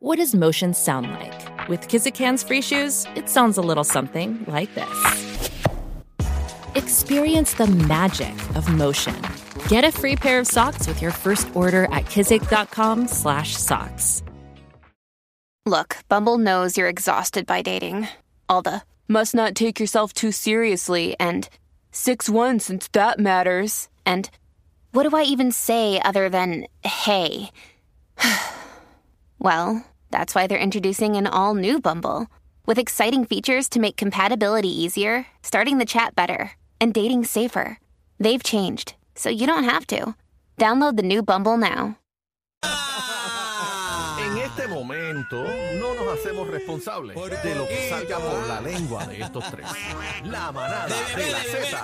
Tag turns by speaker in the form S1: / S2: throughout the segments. S1: What does motion sound like? With Kizikans free shoes, it sounds a little something like this. Experience the magic of motion. Get a free pair of socks with your first order at kizik.com/socks.
S2: Look, Bumble knows you're exhausted by dating. All the must not take yourself too seriously and 6-1 since that matters. And what do I even say other than hey? well, that's why they're introducing an all new Bumble with exciting features to make compatibility easier, starting the chat better, and dating safer. They've changed, so you don't have to. Download the new Bumble now.
S3: En este momento no nos hacemos responsables de lo que salga por la lengua de estos tres. La manada de la Z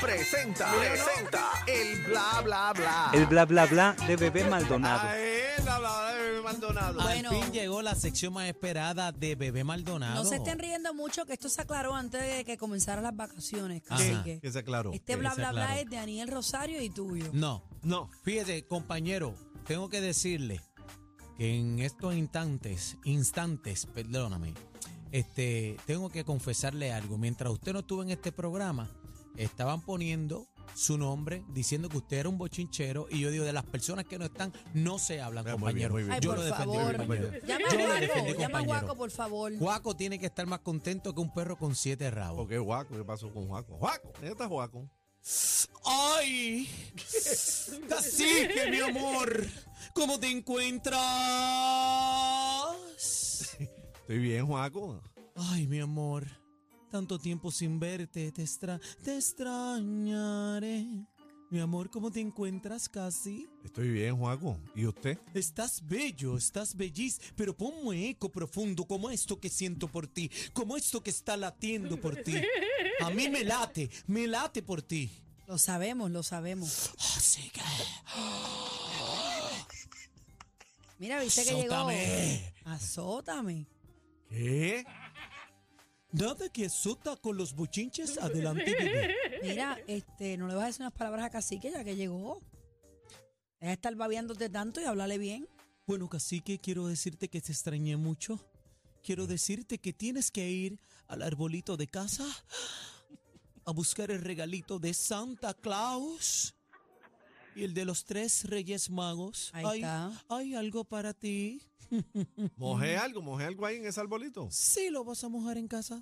S3: presenta, presenta el bla bla bla.
S4: El bla bla bla de bebé Maldonado.
S5: Bueno.
S6: Al fin llegó la sección más esperada de Bebé Maldonado.
S5: No se estén riendo mucho, que esto se aclaró antes de que comenzaran las vacaciones.
S6: Ajá.
S5: Así que
S7: Que se aclaró.
S5: este
S6: que
S5: bla
S6: se
S5: bla bla
S6: aclaró.
S5: es de Daniel Rosario y tuyo.
S6: No.
S7: No.
S6: Fíjese, compañero, tengo que decirle que en estos instantes, instantes, perdóname, este, tengo que confesarle algo. Mientras usted no estuvo en este programa, estaban poniendo su nombre, diciendo que usted era un bochinchero, y yo digo, de las personas que no están, no se hablan,
S7: Ah, muy
S6: compañero.
S7: bien, muy
S5: Ay,
S6: Yo
S7: bien.
S5: por
S6: lo defendí,
S5: favor.
S6: compañero.
S5: Llama
S6: Yo lo
S5: a
S6: defendí,
S5: Guaco, llama a
S6: compañero.
S5: Guaco, por favor.
S6: Guaco tiene que estar más contento que un perro con siete rabos.
S7: ¿Por qué Juaco? ¿Qué pasó con Juaco? ¡Juaco! ¿Dónde está Juaco?
S6: ¡Ay! Cacique, mi amor, ¿cómo te encuentras?
S7: Estoy bien, Juaco.
S6: Ay, mi amor, tanto tiempo sin verte, te, extra- te extrañaré. Mi amor, ¿cómo te encuentras, Casi?
S7: Estoy bien, Juaco. ¿Y usted?
S6: Estás bello, estás belliz, pero ponme eco profundo como esto que siento por ti, como esto que está latiendo por ti. A mí me late, me late por ti.
S5: Lo sabemos, lo sabemos.
S6: Así que...
S5: Mira, viste que
S6: Azótame.
S5: llegó. Azótame.
S7: ¿Qué?
S6: Nada que azota con los buchinches adelante, bebé.
S5: Mira, este, no le vas a decir unas palabras a Cacique ya que llegó. Deja de estar babeándote tanto y hablarle bien.
S6: Bueno, cacique, quiero decirte que te extrañé mucho. Quiero decirte que tienes que ir al arbolito de casa a buscar el regalito de Santa Claus y el de los tres reyes magos.
S5: Ahí
S6: hay,
S5: está.
S6: hay algo para ti.
S7: ¿Mojé algo? ¿Mojé algo ahí en ese arbolito?
S6: Sí, lo vas a mojar en casa.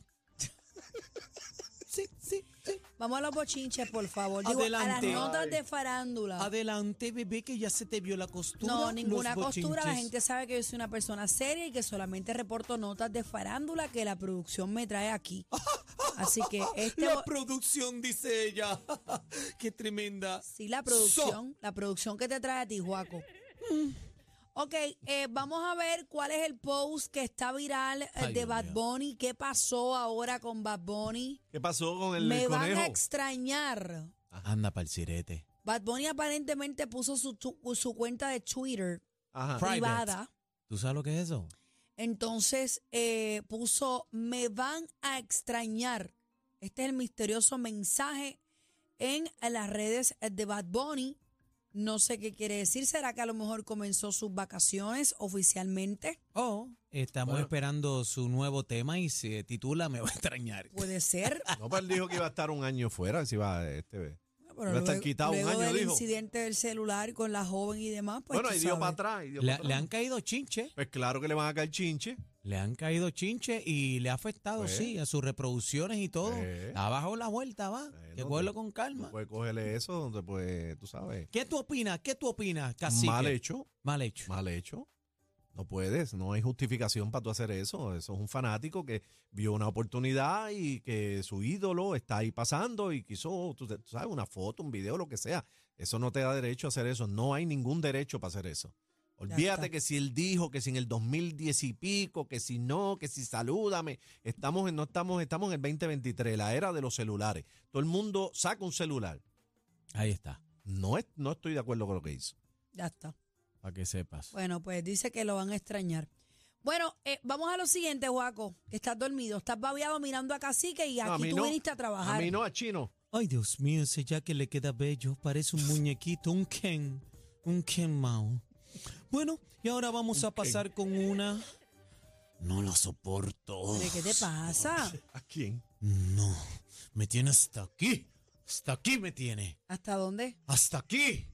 S6: Sí, sí, sí.
S5: Vamos a los bochinches, por favor. Digo, a las
S6: Adelante.
S5: notas de farándula.
S6: Adelante, bebé, que ya se te vio la costura.
S5: Ah. No,
S6: los
S5: ninguna costura. La
S6: bochinches.
S5: gente sabe que yo soy una persona seria y que solamente reporto notas de farándula que la producción me trae aquí. Así que este
S6: La
S5: bo-
S6: producción, dice ella. Qué tremenda.
S5: sí, la producción, la producción que te trae a ti, Juaco.
S6: Mm.
S5: Ok, eh, vamos a ver cuál es el post que está viral eh,
S6: Ay,
S5: de
S6: Dios
S5: Bad
S6: mío.
S5: Bunny. ¿Qué pasó ahora con Bad Bunny?
S7: ¿Qué pasó con el
S5: me van
S7: conejo?
S5: a extrañar.
S6: Anda para el sirete.
S5: Bad Bunny aparentemente puso su, tu- su cuenta de Twitter
S7: Ajá.
S6: Private.
S5: privada.
S6: ¿Tú sabes lo que es eso?
S5: Entonces eh, puso, me van a extrañar. Este es el misterioso mensaje en las redes de Bad Bunny. No sé qué quiere decir. ¿Será que a lo mejor comenzó sus vacaciones oficialmente?
S6: Oh, estamos
S7: Bueno.
S6: esperando su nuevo tema y se titula Me va a extrañar.
S5: Puede ser.
S7: No, pero él dijo que iba a estar un año fuera. Si va
S5: Pues
S7: este.
S5: Pero
S7: Va a estar
S5: luego-
S7: quitado un
S5: luego
S7: año,
S5: del
S7: dijo.
S5: incidente del celular con la joven y demás, pues
S7: bueno,
S5: tú
S7: ahí dio
S5: sabes.
S7: para atrás. y dio
S6: Le,
S7: para atrás.
S6: le han caído chinche,
S7: Pues claro que le van a caer chinche.
S6: le han caído chinche y le ha afectado,
S7: Pues.
S6: sí, a sus reproducciones y todo.
S7: Pues.
S6: Ha bajado la vuelta, va.
S7: Bueno,
S6: que
S7: tú-
S6: vuelo con calma.
S7: Tú puedes cogerle eso donde, pues, tú sabes.
S6: ¿Qué tú opinas? ¿Qué tú opinas, cacique?
S7: Mal hecho.
S6: Mal hecho.
S7: Mal hecho. No puedes, no hay justificación para tú hacer eso. Eso es un fanático que vio una oportunidad y que su ídolo está ahí pasando y quiso, tú, tú sabes, una foto, un video, lo que sea. Eso no te da derecho a hacer eso. No hay ningún derecho para hacer eso.
S5: está.
S7: Olvídate que si él dijo que si en el 2010 y pico, que si no, que si salúdame. Estamos en, no estamos, estamos en el 2023, la era de los celulares. Todo el mundo saca un celular.
S6: Ahí está,
S7: No, es, no estoy de acuerdo con lo que hizo.
S5: Ya está.
S6: para que sepas.
S5: Bueno, pues dice que lo van a extrañar. Bueno, eh, vamos a lo siguiente, Juaco. Estás dormido, estás babeado mirando a Cacique y
S7: No, a
S5: aquí
S7: mí
S5: tú
S7: no.
S5: viniste a trabajar.
S7: A mí no, a Chino.
S6: Ay, Dios mío, ese ya que le queda bello, parece un muñequito, un Ken, un Ken Mao. Bueno, y ahora vamos a pasar con una. No la soporto.
S5: ¿Pero ¿Qué te pasa?
S7: ¿A quién?
S6: No, me tiene hasta aquí. Hasta aquí me tiene.
S5: ¿Hasta dónde?
S6: Hasta aquí.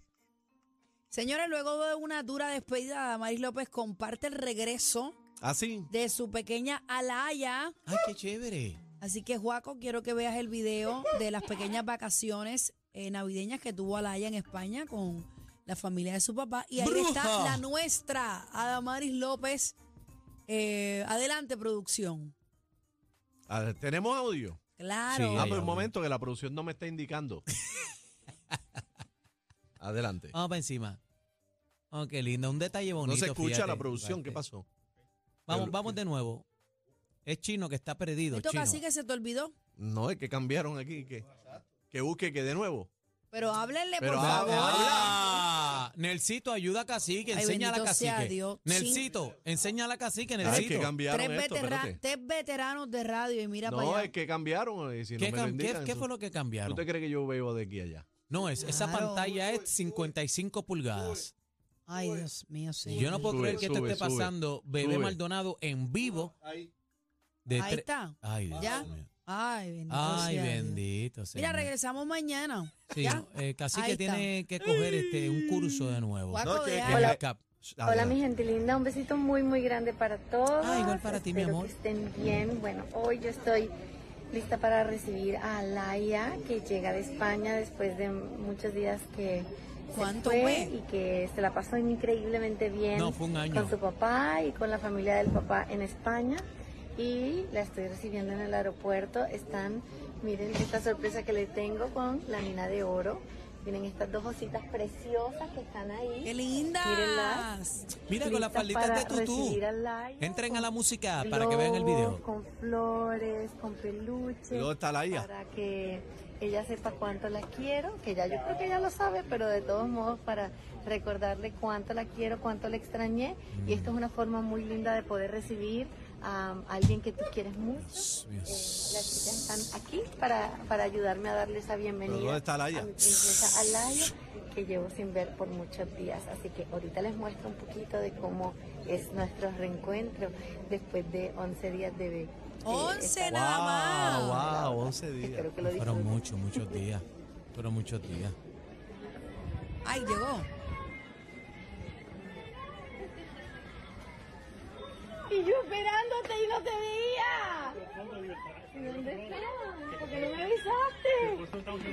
S5: Señores, luego de una dura despedida, Maris López comparte el regreso
S7: ¿Ah, sí?
S5: de su pequeña Alaya.
S6: Ay, qué chévere.
S5: Así que, Juaco, quiero que veas el video de las pequeñas vacaciones eh, navideñas que tuvo Alaya en España con la familia de su papá. Y ahí está
S6: ¡Bruja!
S5: la nuestra, Adamaris López. Eh, adelante, producción.
S7: A ver, Ah, ¿Tenemos audio?
S5: Claro.
S6: Sí,
S7: ah,
S6: hay audio.
S7: pero un momento que la producción no me está indicando. Adelante.
S6: Vamos para encima. Oh, qué lindo. Un detalle Ah, bonito.
S7: no se escucha
S6: fíjate.
S7: la producción. ¿Qué pasó?
S6: Vamos,
S7: Pero-
S6: vamos de nuevo. Es chino que está perdido.
S5: Esto
S6: Chino.
S5: casi que se te olvidó.
S7: No, es que cambiaron aquí. Que, que busque que de nuevo.
S5: Pero háblenle,
S7: Pero
S5: por
S7: habla,
S5: favor.
S6: ¡Habla! Ah, Nelsito, ayuda a Cacique,
S5: Ay,
S6: enseña a la
S5: bendito sea
S6: Cacique.
S5: Dios.
S6: Nelsito, enseña a la Cacique,
S7: Ah, es que
S6: Nelsito.
S7: cambiaron
S5: Tres,
S7: esto,
S5: vetera-
S7: espérate.
S5: tres veteranos de radio y mira para
S7: No,
S5: allá.
S7: es que cambiaron. eh, Si no
S6: ¿Qué,
S7: me lo
S6: cam- qué-
S7: indican,
S6: qué
S7: eso-
S6: fue lo que
S7: ¿Tú
S6: cambiaron?
S7: te crees que yo veo de aquí a allá?
S6: No, es, esa
S5: Claro.
S6: pantalla es 55 pulgadas.
S5: Ay, Dios mío, sí.
S6: Yo no puedo
S7: Sube,
S6: creer que esto
S7: sube,
S6: esté
S7: sube,
S6: pasando Bebé
S7: sube.
S6: Maldonado en vivo. de
S5: Ahí
S6: tre-
S5: está.
S6: Ay, Dios
S5: Ya.
S6: mío.
S5: Ay, bendito.
S6: Ay,
S5: sea Dios.
S6: bendito
S5: Mira,
S6: señor.
S5: regresamos mañana.
S6: Sí,
S5: ¿Ya?
S6: eh,
S5: Ahí
S6: Cacique
S5: está.
S6: tiene que coger este un curso de nuevo.
S5: Guaco,
S7: que-
S5: deja-
S6: Que
S8: Hola.
S6: la cap-
S8: Hola
S7: Adelante.
S8: mi gente linda, un besito muy muy grande para todos.
S6: Ah, igual para ti, mi
S8: Espero
S6: amor.
S8: Que estén bien. Bueno, hoy yo estoy lista para recibir a Laia que llega de España después de muchos días que se
S5: ¿Cuánto
S8: fue
S5: fue?
S8: y que se la pasó increíblemente bien
S6: No, fue un año.
S8: con su papá y con la familia del papá en España. Y la estoy recibiendo en el aeropuerto. Están, miren esta sorpresa que le tengo con la mina de oro. Tienen estas dos ositas preciosas que están ahí.
S5: ¡Qué lindas!
S8: Mírenlas.
S6: Mira, con las
S8: Listas
S6: falditas
S8: para
S6: de tutú.
S8: recibir a Laia
S6: Entren a la
S8: con
S6: música para que vean el
S8: globos,
S6: video.
S8: Con flores, con peluches.
S7: ¿Y dónde está Laia?
S8: Para que ella sepa cuánto la quiero, que ya yo creo que ella lo sabe, pero de todos modos para recordarle cuánto la quiero, cuánto la extrañé. Y esto es una forma muy linda de poder recibir a alguien que tú quieres mucho. Eh, las chicas están aquí para, para ayudarme a darle esa bienvenida
S7: ¿Pero dónde está Laia?
S8: a mi princesa Alaya, que llevo sin ver por muchos días. Así que ahorita les muestro un poquito de cómo es nuestro reencuentro después de 11 días de bebé.
S5: Once
S8: esta-
S5: nada más.
S7: Wow, wow, 11 días.
S8: Espero que lo
S6: Fueron muchos,
S8: disfruten.
S6: muchos días. Fueron muchos días.
S5: Ay, llegó.
S8: Y yo esperándote y no te veía. ¿Y ¿Dónde estás? ¿Por qué no me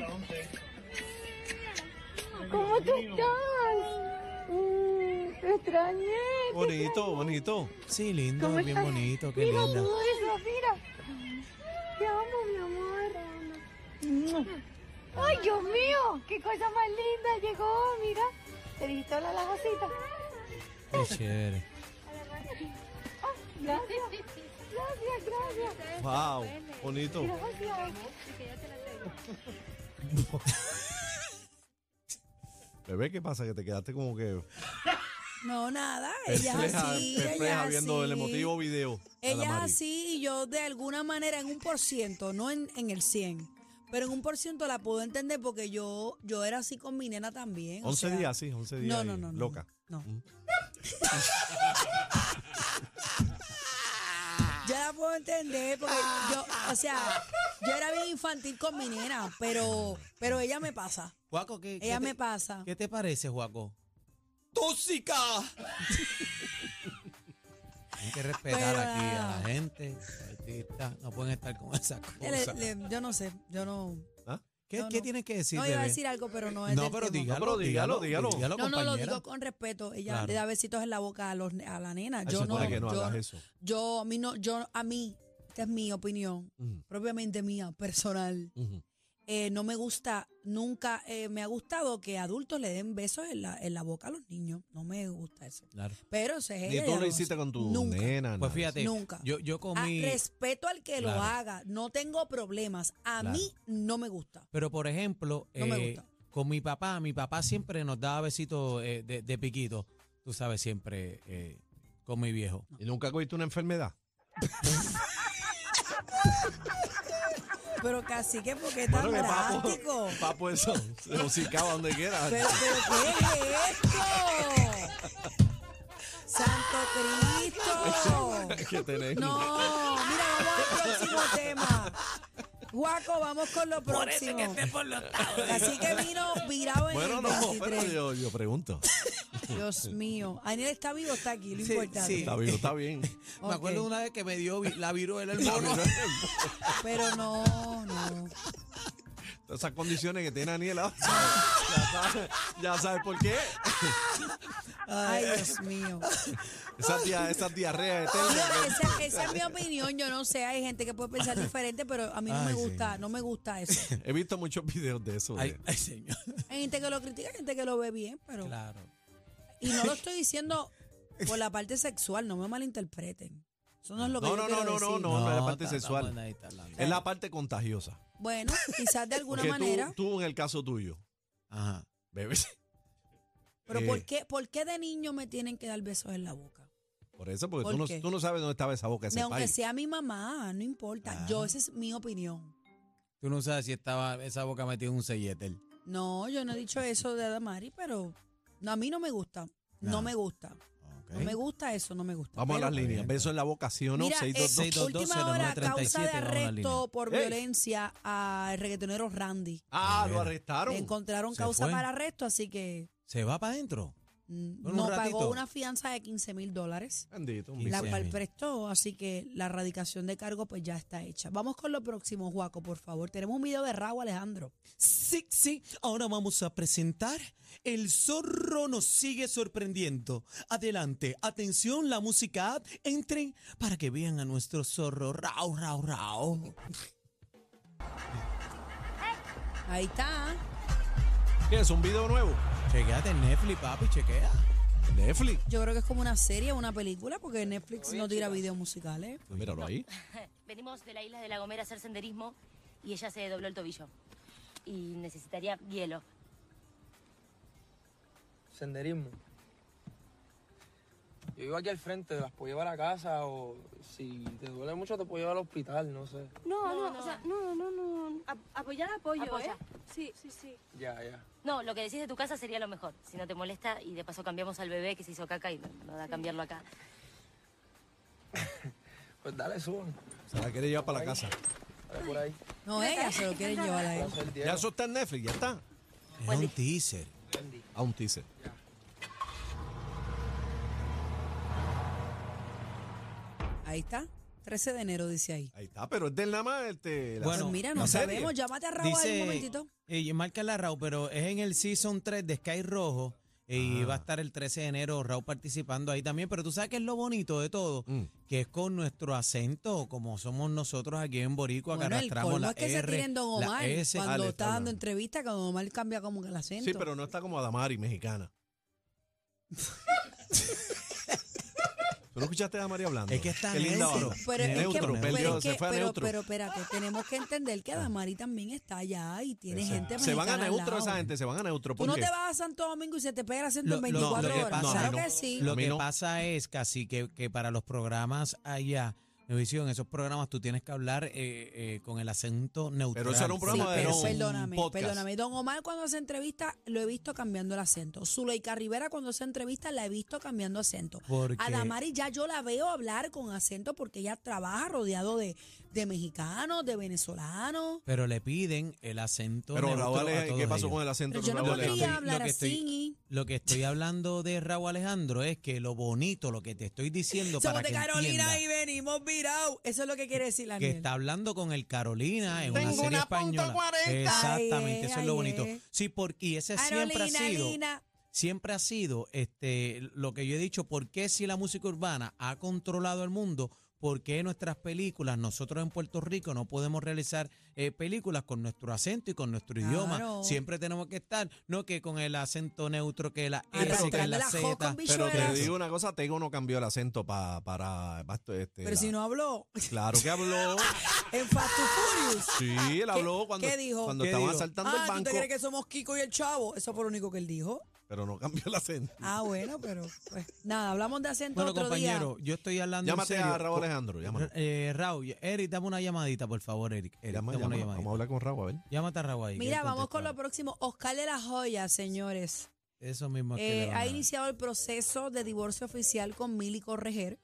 S8: avisaste? ¿Cómo tú estás? Mm, me extrañé.
S7: Bonito, bonito.
S6: Sí, lindo, bien
S8: estás?
S6: bonito, qué
S8: Mira
S6: lindo.
S8: todo eso, mira. Te amo, mi
S9: Mm.
S8: amor. Ay, Dios mío, qué cosa más linda llegó, mira. Te dijiste hola a las ositas.
S6: Qué chévere.
S8: Ah, gracias. Gracias, gracias.
S7: Wow, bonito.
S8: Gracias.
S7: Bebé, ¿qué pasa? Que te quedaste como que
S5: No, nada. Ella es
S7: perpleja,
S5: así.
S7: perpleja
S5: ella es
S7: viendo el
S5: así.
S7: emotivo video.
S5: Ella es
S7: Adamari.
S5: así y yo de alguna manera en un por ciento, no en, en el 100, pero en un por ciento la puedo entender porque yo, yo era así con mi nena también. o
S7: 11
S5: sea,
S7: días, sí,
S6: este
S7: 11 días.
S5: No,
S7: ahí,
S5: no, no, no.
S7: Loca.
S5: No.
S6: Mm.
S5: yo la puedo entender porque yo, o sea, yo era bien infantil con mi nena, pero, pero ella me pasa.
S6: Juaco, ¿qué, qué
S5: Ella
S6: te,
S5: me pasa.
S6: ¿qué te parece, Juaco? ¡Tóxica! Hay que respetar
S5: Pero
S6: aquí a
S5: nada.
S6: la gente. artista, no pueden estar con esas
S5: Le-
S6: cosas.
S5: le- yo no sé, yo no.
S6: ¿Qué,
S5: no,
S6: qué
S5: no.
S6: tienes que decir,
S5: No iba a
S6: bebé?
S5: decir algo, pero no es
S6: no,
S5: del
S6: pero
S5: tema.
S6: dígalo,
S7: No, pero
S6: dígalo,
S7: dígalo,
S6: dígalo,
S7: dígalo.
S5: No, no, lo
S6: compañera.
S5: digo con respeto. Ella
S6: Claro.
S5: le da besitos en la boca a, los, ne- a la nena.
S7: Se
S5: Yo no,
S7: supone que no
S5: yo,
S7: hagas eso.
S5: yo a mí no, yo a mí, esta es mi opinión,
S7: Ujú,
S5: propiamente mía, personal.
S7: ujú.
S5: Eh, no me gusta, nunca eh, me ha gustado que adultos le den besos en la, en la boca a los niños. No me gusta eso.
S6: Claro.
S5: Pero ese es
S7: Ni
S5: ella,
S7: tú
S5: ella
S7: lo
S5: hace.
S7: hiciste con tu
S5: Nunca.
S7: nena.
S6: Pues
S7: nada.
S6: fíjate,
S5: Nunca.
S6: Yo, yo
S5: Ah,
S6: comí...
S5: respeto al que
S6: Claro.
S5: lo haga. No tengo problemas. A
S6: Claro.
S5: mí no me gusta.
S6: Pero por ejemplo,
S5: No me
S6: eh,
S5: gusta.
S6: con mi papá, mi papá siempre nos daba besitos eh, de, de piquito. Tú sabes, siempre eh, con mi viejo.
S7: ¿Y nunca cogiste una enfermedad?
S5: Pero casi que porque es tan
S7: Bueno, que papo-
S5: drástico.
S7: Papo, eso se hocicaba donde quiera.
S5: Pero, pero, ¿qué es esto? Cristo!
S7: que tenemos.
S5: No, mira, vamos al próximo tema. Guaco, vamos con lo próximo. Así que vino virado en
S7: Bueno,
S5: el
S7: no,
S5: 23.
S7: pero yo, yo pregunto.
S5: Dios mío. Aniel está vivo, está aquí, lo
S6: Sí,
S5: importante.
S6: sí.
S7: Está bien, está bien.
S5: Ok.
S6: Me acuerdo una vez que me dio vi- la viruela el mono.
S5: Pero no, no.
S7: Esas condiciones que tiene Daniel ahora. Ya sabes ya sabes por qué.
S5: Ay, Dios mío.
S7: Esas dia- esas diarreas eternas.
S5: Digo, esa, esa es mi opinión, yo no sé, hay gente que puede pensar diferente, pero a mí no
S6: Ay,
S5: me gusta, no me gusta eso.
S7: He visto muchos videos de eso. eh.
S6: Ay,
S7: de-
S6: ay, señor.
S5: Hay gente que lo critica, hay gente que lo ve bien, pero...
S6: Claro.
S5: Y no lo estoy diciendo por la parte sexual, no me malinterpreten. Eso no es lo que
S7: No,
S5: yo
S7: no,
S5: quiero
S7: no, no,
S5: decir.
S7: no, no. es la parte
S6: está- está
S7: sexual.
S6: buena, ahí está hablando.
S7: Es la parte contagiosa.
S5: Bueno, quizás de alguna
S7: Porque tú-
S5: manera,
S7: Tú, en el caso tuyo,
S6: Ajá.
S7: bebes.
S5: pero
S7: Eh,
S5: ¿por qué, ¿por qué de niño me tienen que dar besos en la boca?
S7: Por eso, porque
S5: ¿Por
S7: tú, no,
S5: qué?
S7: tú no sabes dónde estaba esa boca,
S5: Ni
S7: ese
S5: aunque
S7: país.
S5: sea mi mamá, no importa.
S6: Ah.
S5: Yo, esa es mi opinión.
S6: Tú no sabes si estaba esa boca metida en un selletel.
S5: No, yo no he dicho eso de Adamari, pero no, a mí no me gusta. No,
S6: Nada.
S5: me gusta.
S6: Ok.
S5: No me gusta eso, no me gusta.
S7: Vamos a
S5: Pero-
S7: las líneas. Beso en la boca, sí o no.
S5: Mira, eh,
S7: 622.
S6: seis- 622-0937,
S5: última hora, causa de
S6: vamos a la
S5: arresto
S6: línea.
S5: por
S7: Ey.
S5: violencia al reggaetonero Randy.
S7: Ah, lo
S6: Mira.
S5: Le
S7: arrestaron.
S5: encontraron
S6: Se
S5: causa
S6: fue.
S5: para arresto, así que
S6: ¿Se va para adentro?
S5: mm,
S6: Bueno,
S5: no
S6: un
S5: pagó
S6: ratito.
S5: una fianza de 15 mil dólares,
S7: Bendito, mi
S6: Sí,
S5: la
S6: sí,
S5: cual
S6: mil.
S5: prestó, así que la erradicación de cargo pues ya está hecha. Vamos con lo próximo, Juaco, por favor. Tenemos un video de Raúl Alejandro.
S6: Sí, sí, ahora vamos a presentar. El zorro nos sigue sorprendiendo. Adelante, atención, la música. app. Entren para que vean a nuestro zorro. Rao, rao, rao.
S5: Ahí está.
S7: ¿Qué es? ¿Un video nuevo?
S6: Chequeate en Netflix, papi, chequea.
S7: Netflix.
S5: Yo creo que es como una serie, una película, porque Netflix no tira videos musicales.
S7: Pues Míralo ahí.
S9: Venimos de la isla de La Gomera a hacer senderismo y ella se dobló el tobillo. Y necesitaría hielo.
S10: Senderismo. Yo vivo aquí al frente, las puedo llevar a casa o si te duele mucho te puedo llevar al hospital, no sé.
S9: No, no, o sea,
S11: No, no, no. A- apoyar apoyo,
S9: Apoya.
S11: ¿eh? Sí, sí, sí.
S10: Ya, ya.
S9: No, lo que decís de tu casa sería lo mejor. Si no te molesta y de paso cambiamos al bebé que se hizo caca y no, no da cambiarlo acá.
S10: Pues dale, suban.
S7: Se la quiere llevar para la casa.
S10: Dale por ahí.
S5: No, ella se lo quieren llevar a él.
S10: Placer, Diego.
S7: Ya eso está en Netflix, ya
S5: Pues
S7: está.
S6: Es un teaser.
S7: A un teaser.
S5: Ahí está. 13 de enero, dice ahí.
S7: Ahí está, pero es del nada más. Este, la-
S6: Bueno,
S5: Pues mira,
S7: la
S5: no
S7: serie.
S5: sabemos. Llámate a Raúl ahí un
S6: Dice,
S5: momentito.
S6: eh, marca la Raúl, pero es en el Season 3 de Sky Rojo. eh, Y va a estar el 13 de enero Raúl participando ahí también. Pero tú sabes que es lo bonito de todo,
S7: Mm.
S6: que es con nuestro acento, como somos nosotros aquí en Boricua,
S5: Bueno,
S6: que
S5: el
S6: arrastramos
S5: colmo
S6: la
S5: es que se
S6: R,
S5: tiren Don
S6: la
S5: Omar
S6: S.
S5: cuando
S7: Ale,
S5: está
S7: está
S5: dando
S7: hablando.
S5: entrevista, cuando Don Omar cambia como que el acento.
S7: Sí, pero no está como Adamari, mexicana. ¿Tú no escuchaste a Adamari hablando?
S6: Es que está
S7: Qué linda
S6: neutro.
S7: barba.
S5: Pero es que-
S7: neutro,
S5: pero
S7: perdió,
S5: es
S7: se
S5: que-
S7: fue a
S5: pero-
S7: neutro. Ah.
S5: pero espérate, tenemos que entender que Adamari también está allá y tiene gente
S7: se van a
S5: mexicana al
S7: neutro
S5: lado.
S7: esa gente, se van a neutro.
S5: Tú no
S7: porque
S5: te vas a Santo Domingo y se te pega el
S6: Lo-
S5: acento en
S6: lo-
S5: 24
S6: lo que
S5: horas.
S6: pasa-
S5: claro
S7: no,
S5: que sí.
S7: lo-
S6: Lo
S7: A mí
S6: que
S7: no.
S6: pasa es casi que, que para los programas allá, Univision, esos programas tú tienes que hablar eh, eh, con el acento neutral.
S7: eso era un
S5: Sí,
S7: programa de
S5: pero
S7: no, un
S5: Eh, perdóname,
S7: podcast.
S5: perdóname. Don Omar cuando hace entrevista lo he visto cambiando el acento. Zuleika Rivera cuando hace entrevista la he visto cambiando acento.
S6: Porque-
S5: Adamari ya yo la veo hablar con acento porque ella trabaja rodeado de, de mexicanos, de venezolanos.
S6: Pero le piden el acento
S7: Pero
S6: neutro
S7: Raúl,
S6: a
S7: Alejandro,
S6: todos
S7: ¿qué pasó
S6: ellos.
S7: con el acento
S5: Pero
S7: de
S5: yo no
S7: Raúl Alejandro?
S5: podría
S6: Alejandro.
S5: hablar
S6: Lo que estoy-
S5: así.
S6: Lo que estoy hablando de Raúl Alejandro es que lo bonito, lo que te estoy diciendo
S5: Somos
S6: para
S5: de
S6: que
S5: Carolina y
S6: entiendas
S5: venimos virados. Eso es lo que quiere decir la
S6: que está hablando con el Carolina en una
S7: Tengo
S6: serie
S7: una punto
S6: española.
S7: 40.
S6: Exactamente,
S5: Ay,
S6: eso
S5: ay,
S6: es lo bonito.
S5: ay.
S6: Sí, porque y ese siempre ha sido Ah, siempre ha sido este lo que yo he dicho, ¿por qué si la música urbana ha controlado el mundo? ¿Por qué nuestras películas, nosotros en Puerto Rico no podemos realizar eh, películas con nuestro acento y con nuestro
S5: Claro.
S6: idioma? Siempre tenemos que estar, no que con el acento neutro, que la
S5: Arrastrando
S6: S, que la
S5: la jo con
S6: Z.
S7: Pero te
S5: Bichuelas.
S7: digo una cosa, Tego no cambió el acento pa- para... pa- este,
S5: Pero
S7: la-
S5: si no habló
S7: Claro que habló.
S5: en Fast and Furious.
S7: Sí, él habló cuando,
S5: qué dijo?
S7: cuando
S6: ¿Qué
S7: estaban
S6: dijo?
S7: asaltando
S5: Ah,
S7: el
S5: ¿tú te
S7: banco,
S5: crees que somos Kiko y el Chavo? Eso fue lo único que él dijo.
S7: pero no cambió el acento.
S5: Ah, bueno, pero pues, nada, hablamos de acento
S6: Bueno,
S5: otro
S6: compañero, eh,
S5: día.
S6: yo estoy hablando en
S7: Llámate
S6: serio.
S7: a Raúl Alejandro, llámalo.
S6: Eh, Raúl, Eric, dame una llamadita, por favor, Eric. Eric,
S7: Llama,
S6: dame una
S7: llama,
S6: llamadita.
S7: Vamos a hablar con Raúl, a ver.
S6: Llámate a Raúl ahí, que
S5: Mira,
S6: él
S5: vamos
S6: contesta.
S5: con lo próximo. Oscar de la Joya, señores.
S6: Eso mismo es que le
S5: Eh,
S6: van a
S5: ha
S6: dar.
S5: iniciado el proceso de divorcio oficial con Mili Correger.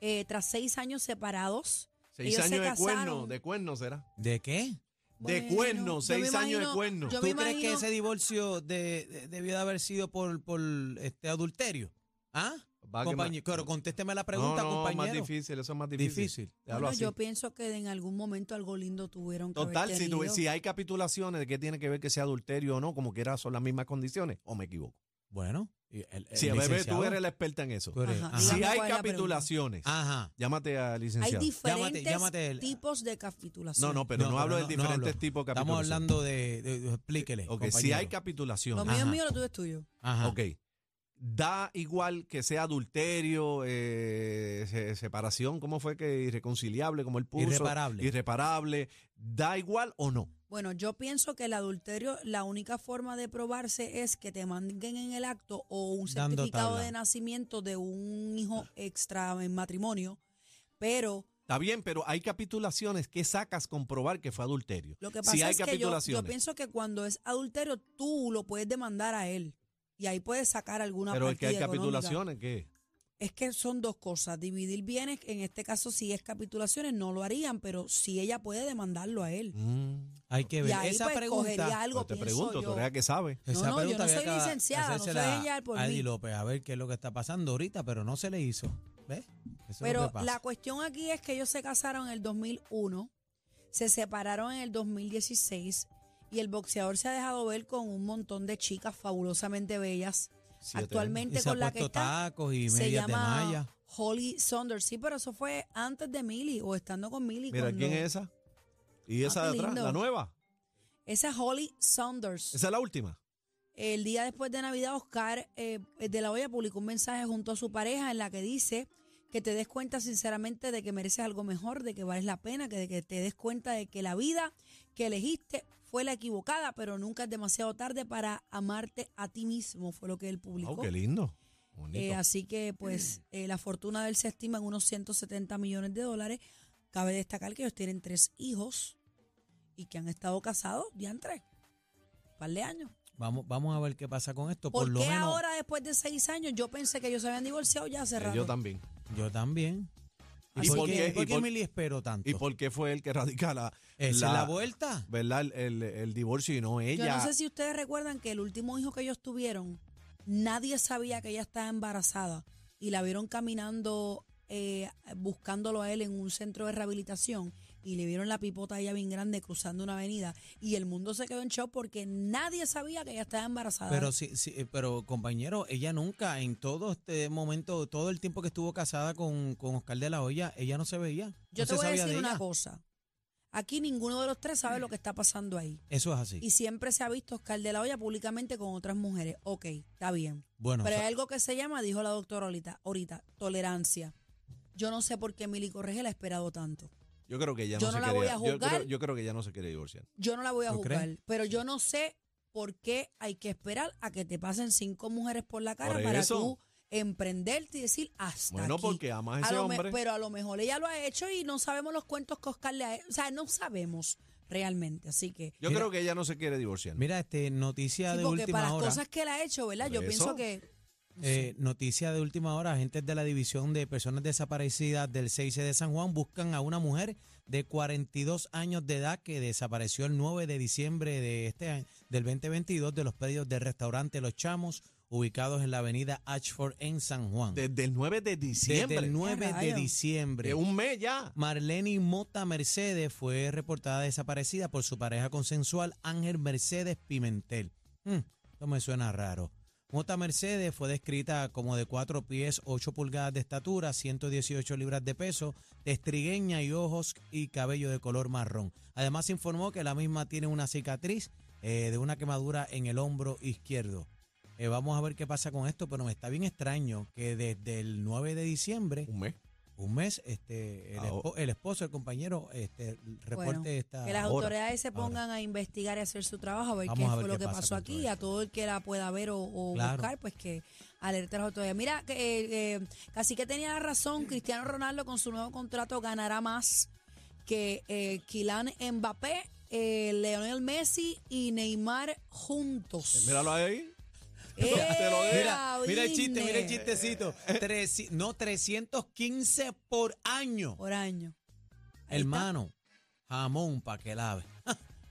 S5: Eh, tras seis años separados,
S7: Seis
S5: ellos se
S7: años de cuerno,
S5: casaron.
S7: de cuerno será.
S6: ¿De qué?
S7: de
S5: Bueno,
S7: cuerno,
S5: yo
S7: seis
S5: me
S7: años de
S5: imagino-
S7: cuerno.
S5: yo
S6: ¿Tú
S5: me
S6: crees que
S5: imagino-
S6: ese divorcio de- de- debió de haber sido por, por este adulterio? ¿Ah?
S7: Va que
S6: Compañe-
S7: más-
S6: pero contésteme la pregunta,
S7: no, no, más
S6: compañero.
S7: difícil, eso es más difícil.
S6: Difícil.
S7: Déjalo
S5: Bueno,
S7: así.
S5: yo pienso que en algún momento algo lindo tuvieron que
S7: Total,
S5: haber
S7: si, tú-
S5: tenido.
S7: si hay capitulaciones de qué tiene que ver que sea adulterio o no, como quiera, son las mismas condiciones, o me equivoco.
S6: Bueno, y el-
S5: Eh,
S6: el
S7: si bebé,
S6: licenciado,
S7: tú eres la experta en eso.
S6: tú eres-
S5: Ajá.
S6: ajá.
S5: Sí.
S7: Si
S5: Dígame
S7: hay
S5: cuál es la pregunta. Ah,
S7: capitulaciones,
S6: Ajá.
S7: llámate al
S5: Hay
S7: licenciado.
S5: diferentes
S6: llámate el-
S5: tipos de capitulación.
S7: No, no, pero no, hablo de
S6: no
S7: diferentes
S6: hablo.
S7: tipos de
S6: Estamos
S7: capitulaciones.
S6: hablando de, de- de- explíquele.
S7: Ok, si
S6: compañero.
S7: hay
S5: Lo
S7: capitulaciones,
S5: mío es
S6: Ajá.
S5: mío, lo tuyo es tuyo.
S6: Ajá.
S7: ok, da igual que sea adulterio, eh, se- separación, ¿cómo fue que irreconciliable, como él puso?
S6: Irreparable.
S7: Irreparable, da igual o no.
S5: Bueno, yo pienso que el adulterio, la única forma de probarse es que te manden en el acto o un
S6: Dando
S5: certificado
S6: tabla.
S5: de nacimiento de un hijo extra en matrimonio, pero
S7: Está bien, pero hay capitulaciones que sacas comprobar que fue adulterio.
S5: lo que pasa
S7: si hay
S5: es que yo, yo
S7: capitulaciones.
S5: pienso que cuando es adulterio tú lo puedes demandar a él y ahí puedes sacar alguna
S7: pero es que
S5: partida
S7: hay
S5: económica.
S7: capitulaciones que
S5: Es que son dos cosas, dividir bienes, en este caso si es capitulaciones no lo harían, pero si ella puede demandarlo a él.
S6: Mm. Hay que
S5: Y
S6: ver.
S5: ahí
S6: Esa
S5: pues, cogería
S6: pregunta.
S5: algo,
S7: te
S5: pienso
S7: pregunto,
S5: yo.
S7: tú eres la que sabe.
S5: No,
S6: esa
S5: no, yo
S6: pregunta
S5: no
S6: había
S5: soy
S6: que
S5: licenciada, no soy
S6: hacérsela
S5: ella por
S6: a
S5: mí.
S6: Eddie López, a ver qué es lo que está pasando ahorita, pero no se le hizo. ¿Ves? Eso es lo
S5: Pero
S6: que pasa.
S5: la cuestión aquí es que ellos se casaron en el 2001, se separaron en el 2016 y el boxeador se ha dejado ver con un montón de chicas fabulosamente bellas.
S7: Siete
S5: Actualmente
S6: Y se ha
S5: con la que
S6: puesto
S5: está
S6: tacos y
S5: se
S6: medias de
S5: llama
S6: malla.
S5: Holly Saunders. Sí, pero eso fue antes de Millie o estando con Millie.
S7: Mira,
S5: cuando-
S7: ¿quién es esa? ¿Y
S5: Ah,
S7: esa
S5: qué
S7: de atrás?
S5: lindo.
S7: ¿La nueva?
S5: Esa es Holly Saunders.
S7: ¿Esa es la última?
S5: El día después de Navidad, Oscar eh, de la Hoya publicó un mensaje junto a su pareja en la que dice que te des cuenta sinceramente de que mereces algo mejor, de que vales la pena, que, de que te des cuenta de que la vida que elegiste fue la equivocada, pero nunca es demasiado tarde para amarte a ti mismo, fue lo que él publicó.
S7: Oh, qué lindo. Bonito.
S5: Eh, así que, pues, eh, la fortuna de él se estima en unos 170 millones de dólares. Cabe destacar que ellos tienen tres hijos y que han estado casados, diantre, un par de años.
S6: Vamos, vamos a ver qué pasa con esto. Por,
S5: ¿Por,
S6: lo
S5: qué
S6: menos
S5: ahora, después de seis años, yo pensé que ellos se habían divorciado ya hace
S7: Eh,
S5: rato?
S7: yo también.
S6: yo también.
S7: ¿Y
S6: ¿Y
S7: por
S6: por,
S7: qué-
S6: qué,
S7: y
S6: por qué
S7: por-
S6: Emily esperó tanto?
S7: ¿Y por qué fue él que radica la,
S6: Esa es la vuelta.
S7: ¿verdad? El, el- el divorcio y no ella?
S5: Yo no sé si ustedes recuerdan que el último hijo que ellos tuvieron, nadie sabía que ella estaba embarazada y la vieron caminando eh, buscándolo a él en un centro de rehabilitación y le vieron la pipota a ella bien grande cruzando una avenida y el mundo se quedó en shock porque nadie sabía que ella estaba embarazada.
S6: Pero sí, sí, eh, pero compañero, ella nunca, en todo este momento, todo el tiempo que estuvo casada con, con Oscar de la Hoya, ella no se veía.
S5: Yo
S6: no
S5: te
S6: se
S5: voy a
S6: sabía
S5: decir
S6: de
S5: una
S6: ella.
S5: cosa. Aquí ninguno de los tres sabe lo que está pasando ahí.
S6: Eso es así.
S5: Y siempre se ha visto Oscar de la Hoya públicamente con otras mujeres. Ok, está bien.
S6: bueno,
S5: Pero
S6: o
S5: hay
S6: sea,
S5: algo que se llama, dijo la doctora ahorita, ahorita tolerancia. Yo no sé por qué Mili Corregel ha esperado tanto.
S7: Yo creo que ella
S5: Yo no
S7: no se
S5: la
S7: quiere
S5: voy a
S7: yo creo-
S5: juzgar.
S7: yo creo que ella no se quiere divorciar.
S5: Yo no la voy a
S6: ¿Tú
S5: juzgar,
S6: crees?
S5: pero yo no sé por qué hay que esperar a que te pasen cinco mujeres por la cara
S7: Por
S5: para
S7: eso.
S5: tú emprenderte y decir hasta
S7: Bueno,
S5: aquí.
S7: porque amas a
S5: A
S7: ese
S5: lo me-
S7: hombre.
S5: pero a lo mejor ella lo ha hecho y no sabemos los cuentos que Oscar le ha hecho. O sea, no sabemos realmente. Así que,
S7: Yo
S6: Mira.
S7: creo que ella no se quiere divorciar.
S6: mira, este, noticia
S5: sí,
S6: de
S5: porque para
S6: última
S5: las
S6: hora.
S5: cosas que él ha hecho, ¿verdad?
S7: Por
S5: Yo
S7: eso.
S5: pienso que
S6: Eh, noticia de última hora, agentes de la División de Personas Desaparecidas del 6 de San Juan buscan a una mujer de 42 años de edad que desapareció el 9 de diciembre de este año, del 2022 de los predios del restaurante Los Chamos, ubicados en la avenida Ashford en San Juan.
S7: Desde el 9 de diciembre.
S6: Desde el 9 de
S5: Carayo.
S6: diciembre.
S7: De un mes ya.
S6: Marlene Mota Mercedes fue reportada desaparecida por su pareja consensual Ángel Mercedes Pimentel. Mm, esto me suena raro. Mota Mercedes fue descrita como de 4 pies, 8 pulgadas de estatura, 118 libras de peso, testrigueña y ojos y cabello de color marrón. Además informó que la misma tiene una cicatriz eh, de una quemadura en el hombro izquierdo. Eh, vamos a ver qué pasa con esto, pero me está bien extraño que desde el 9 de diciembre
S7: Un mes.
S6: un mes este el,
S7: Ahora.
S6: espo- el esposo el compañero este reporte
S5: Bueno,
S6: esta
S5: que las
S6: hora.
S5: autoridades se pongan a investigar y hacer su trabajo, a ver
S6: Vamos
S5: qué
S6: a
S5: fue
S6: ver
S5: lo
S6: qué
S5: que
S6: pasa
S5: pasó
S6: con todo
S5: aquí.
S6: esto.
S5: A todo el que la pueda ver o, o
S6: Claro.
S5: buscar, pues que alerte a las autoridades. Mira, que, eh, eh, casi que tenía la razón, Cristiano Ronaldo con su nuevo contrato ganará más que eh, Kylian Mbappé, eh, Leonel Messi y Neymar juntos.
S7: Míralo ahí.
S6: Te lo
S5: ¡Ea,
S6: digo. mira, mira el chiste,
S5: Whitney!
S6: mira el chistecito. Treci- no, 315 por año.
S5: Por año.
S6: Hermano, jamón para que lave.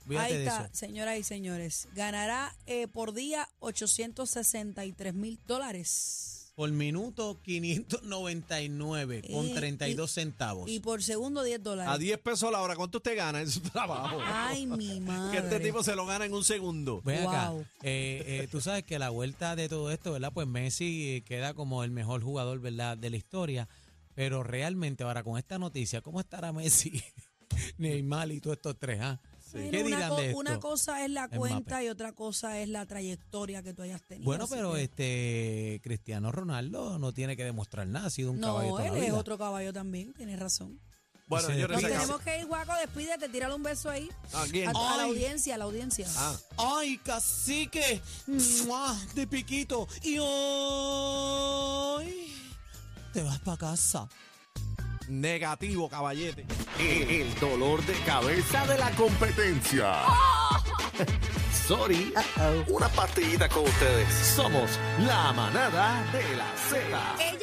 S6: Cuídate
S5: Ahí
S6: de
S5: está,
S6: eso.
S5: señoras y señores. Ganará eh, por día 863 mil dólares.
S6: Por minuto, 599
S5: Eh, Y-
S6: con 32 centavos.
S5: Y por segundo 10 dólares.
S7: A 10 pesos la hora, ¿cuánto usted gana en su trabajo?
S5: Ay, mi
S7: que
S5: Ah, madre.
S7: este tipo se lo gana en un segundo.
S6: Ven acá,
S5: Wow.
S6: eh, eh, tú sabes que la vuelta de todo esto, ¿verdad? Pues Messi eh, queda como el mejor jugador, ¿verdad? De la historia. Pero realmente ahora con esta noticia, ¿cómo estará Messi, Neymar y todos estos tres? ah?
S5: Mira,
S6: ¿Qué
S5: una,
S6: dirán
S5: co-
S6: de esto?
S5: una cosa es la
S6: Mbappé.
S5: cuenta y otra cosa es la trayectoria que tú hayas tenido.
S6: Bueno,
S5: así
S6: pero
S5: que-
S6: este Cristiano Ronaldo no tiene que demostrar nada, ha sido un caballo
S5: No,
S6: toda la
S5: él es
S6: vida.
S5: otro caballo también, tienes razón.
S7: Bueno,
S6: Sí,
S7: señores,
S5: Nos
S7: se acabó.
S5: tenemos que ir, Guaco, despídete, tírale un beso ahí.
S7: ¿A quién?
S5: A, a la
S6: Ay.
S5: audiencia, a la audiencia.
S7: Ah,
S6: ¡Ay, cacique! ¡Mua! De piquito. Y hoy te vas para casa.
S7: negativo, caballete.
S3: El dolor de cabeza de la competencia. Sorry. Una partidita con ustedes. Somos la manada de la Z.